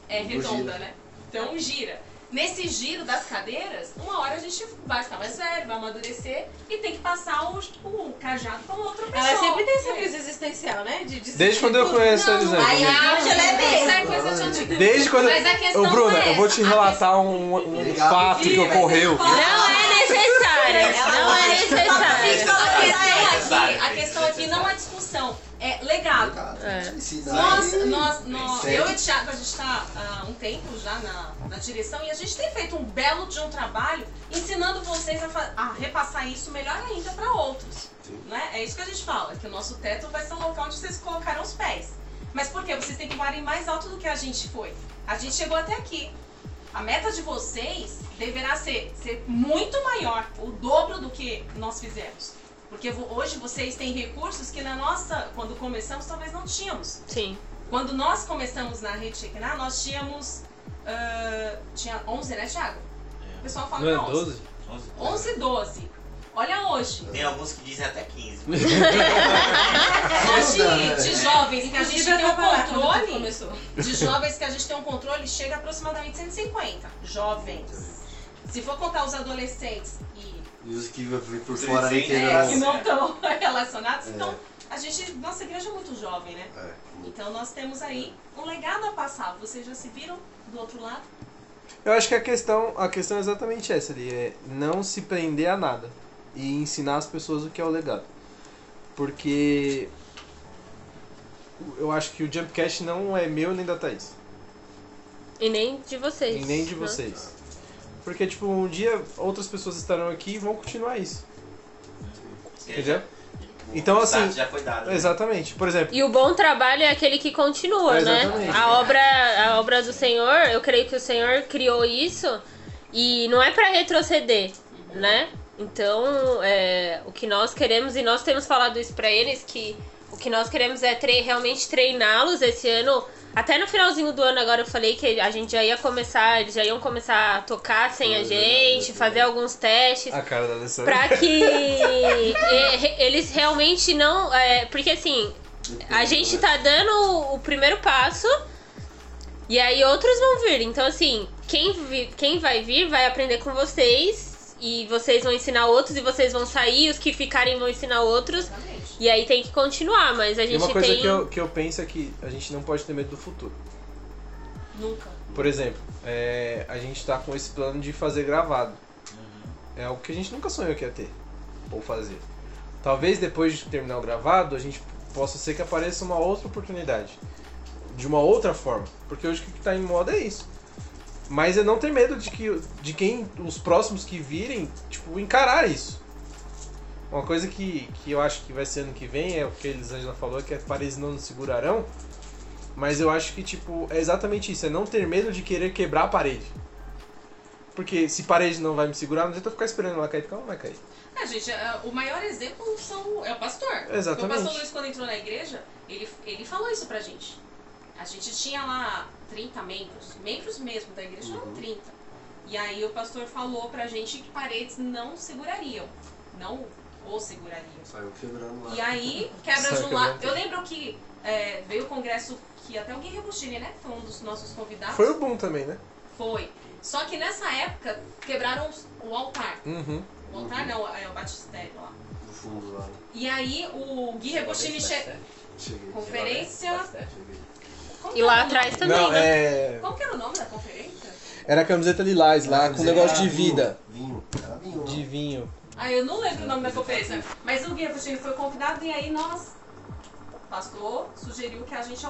é redonda,
gira.
né? Então gira. Nesse giro das cadeiras, uma hora a gente vai ficar mais velho, vai amadurecer e tem que passar o, o cajado pra uma outra pessoa.
Ela sempre tem
É.
essa crise existencial, né? De, de
Desde quando eu conheço eles, né?
Aí
gente?
a Ângela é
Isso
mesmo.
é coisa de antigo.
Desde quando.
Mas a questão
Ô, Bruna,
não é
eu vou te
essa.
relatar um, um
Legal.
fato que ocorreu.
Não é necessário. Não é necessário.
A questão
Exato,
aqui, a questão aqui não é discussão, é legado.
É.
Ensinar.
Nós, nós, nós,
Certo.
eu e o Thiago, a gente tá há um tempo já na, na direção e a gente tem feito um belo de um trabalho ensinando vocês a, fa- a repassar isso melhor ainda para outros. Né? É isso que a gente fala, que o nosso teto vai ser um local onde vocês colocaram os pés. Mas por quê? Vocês têm que voarem mais alto do que a gente foi. A gente chegou até aqui. A meta de vocês deverá ser, ser muito maior, o dobro do que nós fizemos. Porque vo- hoje vocês têm recursos que na nossa, quando começamos, talvez não tínhamos.
Sim.
Quando nós começamos na rede Shekinah, nós tínhamos. ah, tinha 11, né, Thiago? O pessoal fala
Não
que é
é
11.
12?
11,
11, 12. Olha hoje.
Tem alguns que dizem até 15.
É
Hoje,
Não,
de jovens em que a gente
Inclusive, eu
tem um
tava lá tá quando tudo
controle,
começou.
de jovens que a gente tem um controle, chega a aproximadamente 150 jovens. Se for contar os adolescentes e
E os que vêm por fora aí que
é, que
não.
não estão <laughs> relacionados,
É.
então a gente, nossa igreja é muito jovem, né?
É.
Então nós temos aí um legado a passar. Vocês já se viram do outro lado?
Eu acho que a questão, a questão é exatamente essa ali, é não se prender a nada e ensinar as pessoas o que é o legado. Porque eu acho que o Jumpcast não é meu nem da Thaís,
E nem de vocês.
e nem de
né?
vocês. Porque tipo, um dia outras pessoas estarão aqui e vão continuar isso,
É.
entendeu? Então,
O
assim,
start Já foi dado. né?
Exatamente. Por exemplo,
E o bom trabalho é aquele que continua, né?
Exatamente.
A obra, a obra do Senhor, eu creio que o Senhor criou isso e não é pra retroceder, né? Então, é, o que nós queremos, e nós temos falado isso pra eles, que o que nós queremos é tre- realmente treiná-los esse ano. Até no finalzinho do ano agora eu falei que a gente já ia começar, eles já iam começar a tocar sem a
É verdade,
gente,
é verdade.
fazer alguns testes
a cara da Alessandra.
pra que e- re- eles realmente não. é, porque assim, a gente tá dando o primeiro passo e aí outros vão vir. Então, assim, quem, vi- quem vai vir vai aprender com vocês e vocês vão ensinar outros e vocês vão sair, os que ficarem vão ensinar outros.
Exatamente.
E aí tem que continuar, mas a
E
gente
uma coisa
tem.
que eu, que eu penso é que a gente não pode ter medo do futuro.
Nunca.
Por exemplo, é, a gente tá com esse plano de fazer gravado. É algo que a gente nunca sonhou que ia ter. Ou fazer. Talvez depois de terminar o gravado, a gente possa ser que apareça uma outra oportunidade. De uma outra forma. Porque hoje o que tá em moda é isso. Mas eu não tenho medo de que de quem os próximos que virem, tipo, encarar isso. Uma coisa que, que eu acho que vai ser ano que vem é o que a Elisângela falou, que é paredes não nos segurarão. Mas eu acho que, tipo, é exatamente isso. É não ter medo de querer quebrar a parede. Porque se parede não vai me segurar, não adianta eu ficar esperando ela cair, porque ela não vai cair.
É, gente, é, o maior exemplo são, é o pastor. Porque O
Exatamente.
pastor Luiz, quando entrou na igreja, ele, ele falou isso pra gente. A gente tinha lá 30 membros, membros mesmo da igreja
Uhum.
eram 30. E aí o pastor falou pra gente que paredes não segurariam. Não ou segurariam.
Saiu quebrando lá.
E aí, quebra de
Sabe
um
que
lado.
eu
Eu lembro que é, veio o congresso que até o Gui Rebustini, né? Foi um dos nossos
Ah.
convidados.
Foi o boom também, né?
Foi. Só que nessa época, quebraram o altar.
Uhum.
O altar não, é o batistério lá.
No fundo lá.
E aí o Gui Rebustini chegou.
Cheguei.
Conferência.
Cheguei.
Como
E lá
que era o
atrás
nome?
também, né?
é.
Qual que era o nome da conferência?
Era a camiseta lilás lá, com um
Camiseta
negócio de
era vinho,
vida.
Vinho. Era vinho.
é. De
De...
vinho.
Ah, eu não lembro o nome da conferência. Mas o Gui Agostini foi convidado e aí nós, o pastor, sugeriu que a gente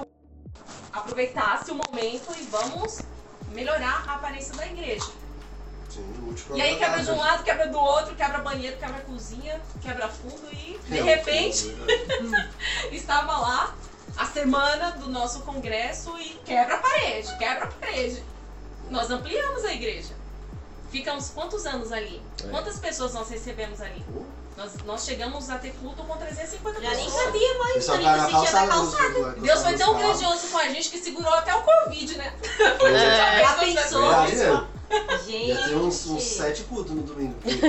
aproveitasse o momento e vamos melhorar a aparência da igreja.
Sim, o último
E aí quebra de um
agradável.
lado, quebra do outro, quebra banheiro, quebra cozinha, quebra fundo e
né?
de repente estava lá a semana do nosso congresso e quebra a parede, quebra a parede. Nós ampliamos a igreja. Ficamos quantos anos ali? Quantas pessoas nós recebemos ali? Nós, nós chegamos a ter culto com 350
Já nem
pessoas.
sabia
mais,
Só tá na calçada. né?
Deus foi tão grandioso com a gente que segurou até o Covid, né?
É.
Já pensou?
Imagina, É, ia ter uns, uns
Gente.
sete cultos no
<laughs>
domingo. porque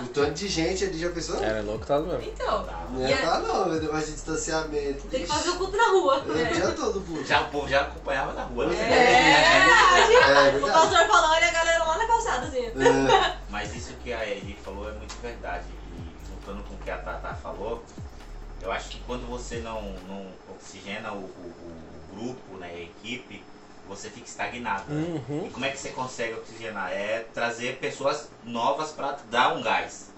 o tanto de gente ali já pensou?
Era louco, tá mesmo.
Então,
Não ia dar não, mas negócio de distanciamento.
Tem que fazer o culto na rua.
né?
Eu tinha todo culto.
Já, o povo já acompanhava na rua. né?
É
O
verdade.
pastor fala, olha a galera lá na calçada, assim.
É,
Mas isso que a Eli falou é muito verdade. E juntando com o que a Tata falou, eu acho que quando você não, não oxigena o, o- o- o grupo, né, a equipe, você fica estagnado. né?
Uhum.
E como é que você consegue oxigenar? É trazer pessoas novas para dar um gás.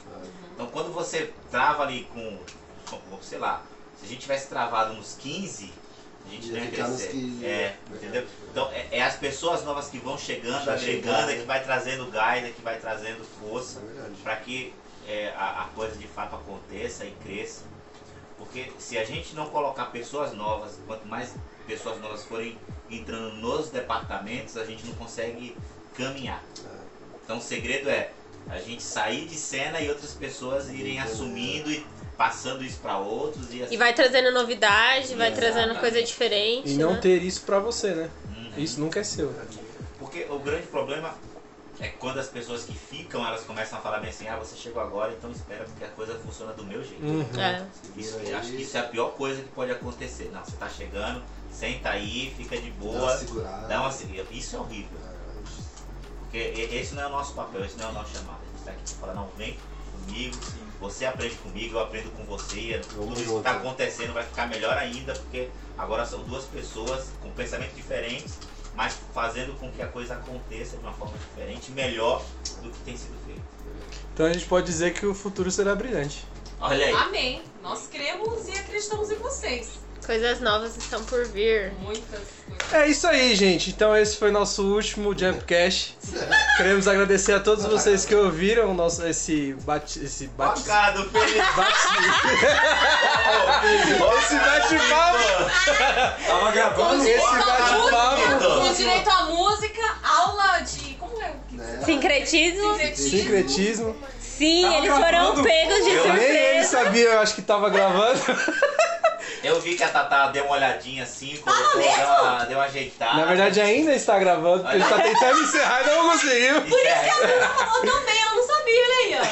Então quando você trava ali com, com- sei lá, se a gente tivesse travado nos 15, a gente não
ia
ia
ficar nos
crescer.
que.
É, entendeu? Então é, é as pessoas novas que vão chegando,
Já né?
agregando,
chegaram,
é que vai trazendo gás, é que vai trazendo
É
força
verdade.
para que é, a, a coisa de fato aconteça e cresça. Porque se a gente não colocar pessoas novas, quanto mais pessoas novas forem entrando nos departamentos, a gente não consegue caminhar. Então o segredo é a gente sair de cena e outras pessoas irem assumindo e passando isso para outros e assim.
E vai trazendo novidade, vai trazendo
Exatamente.
coisa diferente.
E não
né?
ter isso pra você, né?
Uhum.
Isso nunca é seu.
Porque o grande problema É quando as pessoas que ficam, elas começam a falar bem assim, ah, você chegou agora, então espera porque a coisa funciona do meu jeito.
É.
Isso, eu acho que isso é a pior coisa que pode acontecer. Não, você tá chegando, senta aí, fica de boa,
segurada.
dá uma seguida. Isso é horrível. Porque e- esse não é o nosso papel, esse não é o nosso chamado. A gente tá aqui pra falar, não, vem comigo, você aprende comigo, eu aprendo com
Um
você. Tudo
Vamos
isso que
junto.
tá acontecendo vai ficar melhor ainda, porque agora são duas pessoas com pensamentos diferentes, mas fazendo com que a coisa aconteça de uma forma diferente, melhor do que tem sido feito.
Então a gente pode dizer que o futuro será brilhante.
Olha aí.
Amém. Nós cremos e acreditamos em vocês.
Coisas novas estão por vir.
Muitas coisas.
É isso aí, gente. Então esse foi nosso último Jumpcast. Queremos agradecer a todos vocês que ouviram o nosso, esse bate... Esse
Ó
bate...
a cara do Felipe.
bate esse
Esse
bate-papo!
Tava gravando
Esse
tá
esse.
bate-papo!
Com direito à música, aula de. Como é o que?
Né?
Sincretismo?
Sincretismo.
Sim,
Tava
eles foram
gravando.
pegos de
Eu
Nem ele
surpresa.
sabia, eu acho que tava gravando.
Eu vi que a Tatá deu uma olhadinha assim, colocou, deu, uma, deu uma ajeitada.
Na verdade
é
ainda está gravando, porque ele tá tentando encerrar e não conseguiu.
Por isso
Eu também, eu não sabia, né, Ian?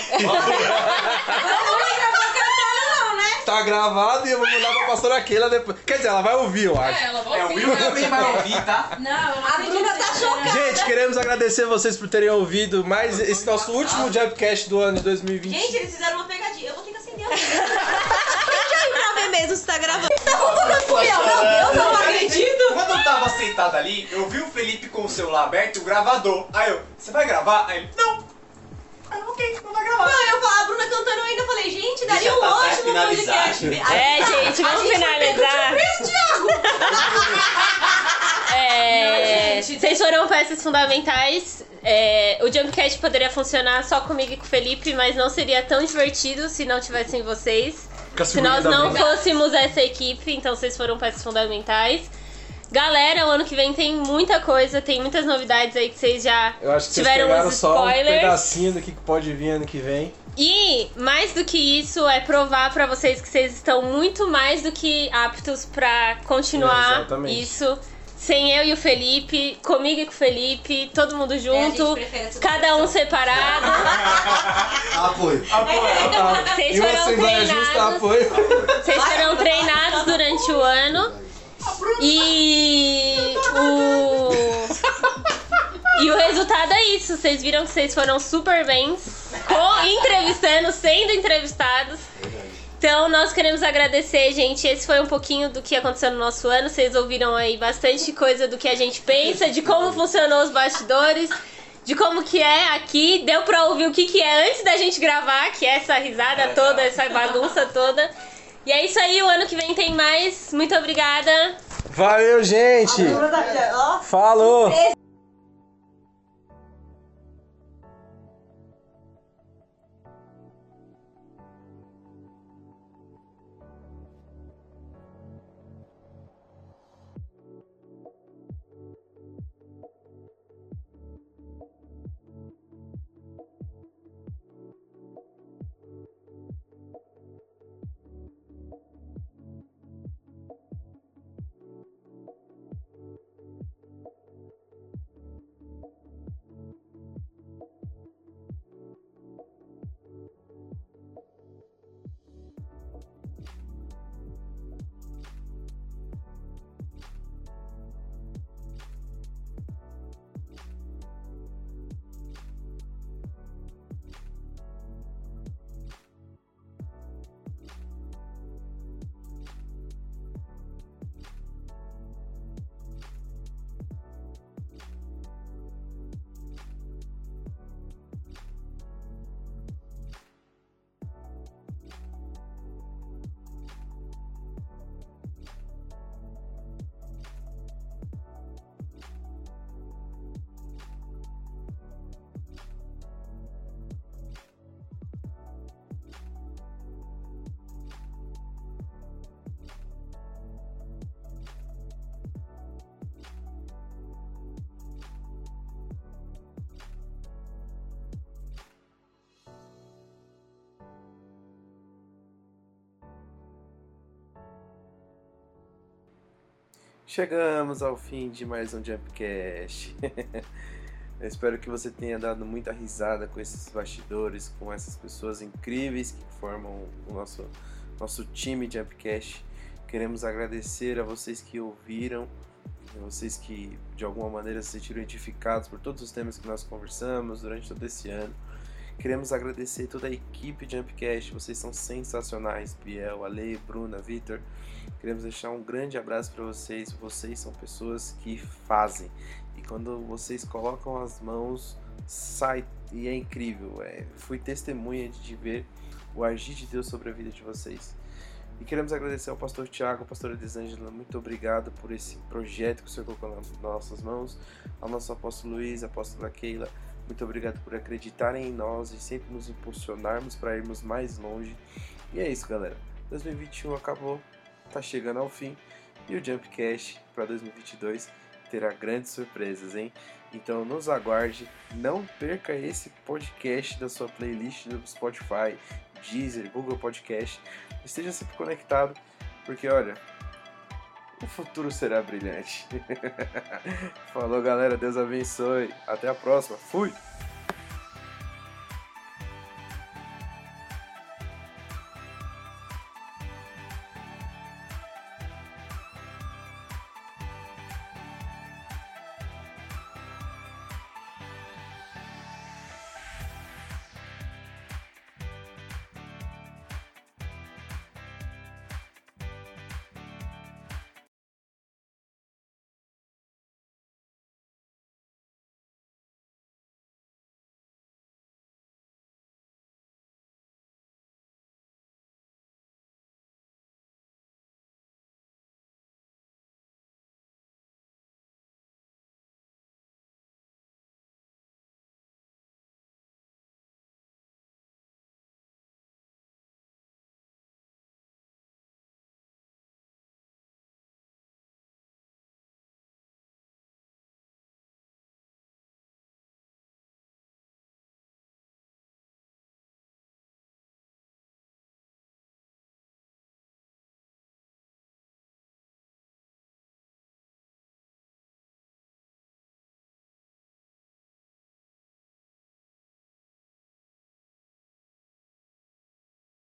Tá gravado e eu vou mandar pra pastora Keila depois. Quer dizer, ela vai ouvir, eu acho.
Ela vai
É, o
ouvir,
Will
né?
também vai ouvir, tá?
Não, eu não
A Bruna tá chocada.
Gente, queremos agradecer vocês por terem ouvido mais esse nosso último Jabcast do ano de 2020.
Gente, eles fizeram uma pegadinha. Eu vou ter que acender a luz.
Pra ver mesmo se tá gravando.
Eu não acredito.
Quando eu tava sentado ali, eu vi o Felipe com o celular aberto e o gravador. Aí eu, você vai gravar? Aí ele, não! Aí eu, ok, não vai gravar.
Não, eu falo, a Bruna cantando eu ainda falei, gente, daria
Deixa
um
a Tatá
ótimo
finalizar.
podcast.
É, gente, vamos finalizar. É,
Não, gente.
vocês foram peças fundamentais. É, o Jumpcast poderia funcionar só comigo e com o Felipe, mas não seria tão divertido se não tivessem vocês.
Fica
Se
segurando
nós
a
não
mão.
fôssemos essa equipe, então vocês foram peças fundamentais. Galera, o ano que vem tem muita coisa, tem muitas novidades aí que vocês já
Eu acho que vocês
tiveram
pegaram
uns
só um
spoilers.
pedacinho do que pode vir ano que vem.
E mais do que isso é provar pra vocês que vocês estão muito mais do que aptos pra
É,
continuar
exatamente.
isso sem eu e o Felipe, comigo e com o Felipe, todo mundo junto, cada um separado.
Apoio.
né?
Vocês
E uma
foram
Assembleia Justa
treinados,
tá apoio.
vocês foram treinados durante o ano e o e o resultado é isso. Vocês viram que vocês foram super bem, com- entrevistando, sendo entrevistados. Então, nós queremos agradecer, gente. Esse foi um pouquinho do que aconteceu no nosso ano. Vocês ouviram aí bastante coisa do que a gente pensa, de como funcionou os bastidores, de como que é aqui. Deu pra ouvir o que, que é antes da gente gravar, que é essa risada toda, essa bagunça toda. E é isso aí, o ano que vem tem mais. Muito obrigada.
Valeu, gente! Falou!
Chegamos ao fim de mais um Jumpcast. <laughs> Eu espero que você tenha dado muita risada com esses bastidores, com essas pessoas incríveis que formam o nosso, nosso time de Upcast. Queremos agradecer a vocês que ouviram, a vocês que de alguma maneira se sentiram identificados por todos os temas que nós conversamos durante todo esse ano. Queremos agradecer toda a equipe de Ampcast, vocês são sensacionais, Biel, Ale, Bruna, Vitor. Queremos deixar um grande abraço para vocês, vocês são pessoas que fazem. E quando vocês colocam as mãos, sai e é incrível. É, fui testemunha de ver o agir de Deus sobre a vida de vocês. E queremos agradecer ao pastor Tiago, ao pastor Elisângela, muito obrigado por esse projeto que o senhor colocou nas nossas mãos, ao nosso apóstolo Luiz, apóstolo Keila, muito obrigado por acreditarem em nós e sempre nos impulsionarmos para irmos mais longe. E é isso, galera. 2021 acabou, tá chegando ao fim e o Jumpcast para 2022 terá grandes surpresas, hein? Então nos aguarde, não perca esse podcast da sua playlist do Spotify, Deezer, Google Podcast. Esteja sempre conectado, porque olha, o futuro será <laughs> brilhante. Falou, galera. Deus abençoe. Até a próxima. Fui!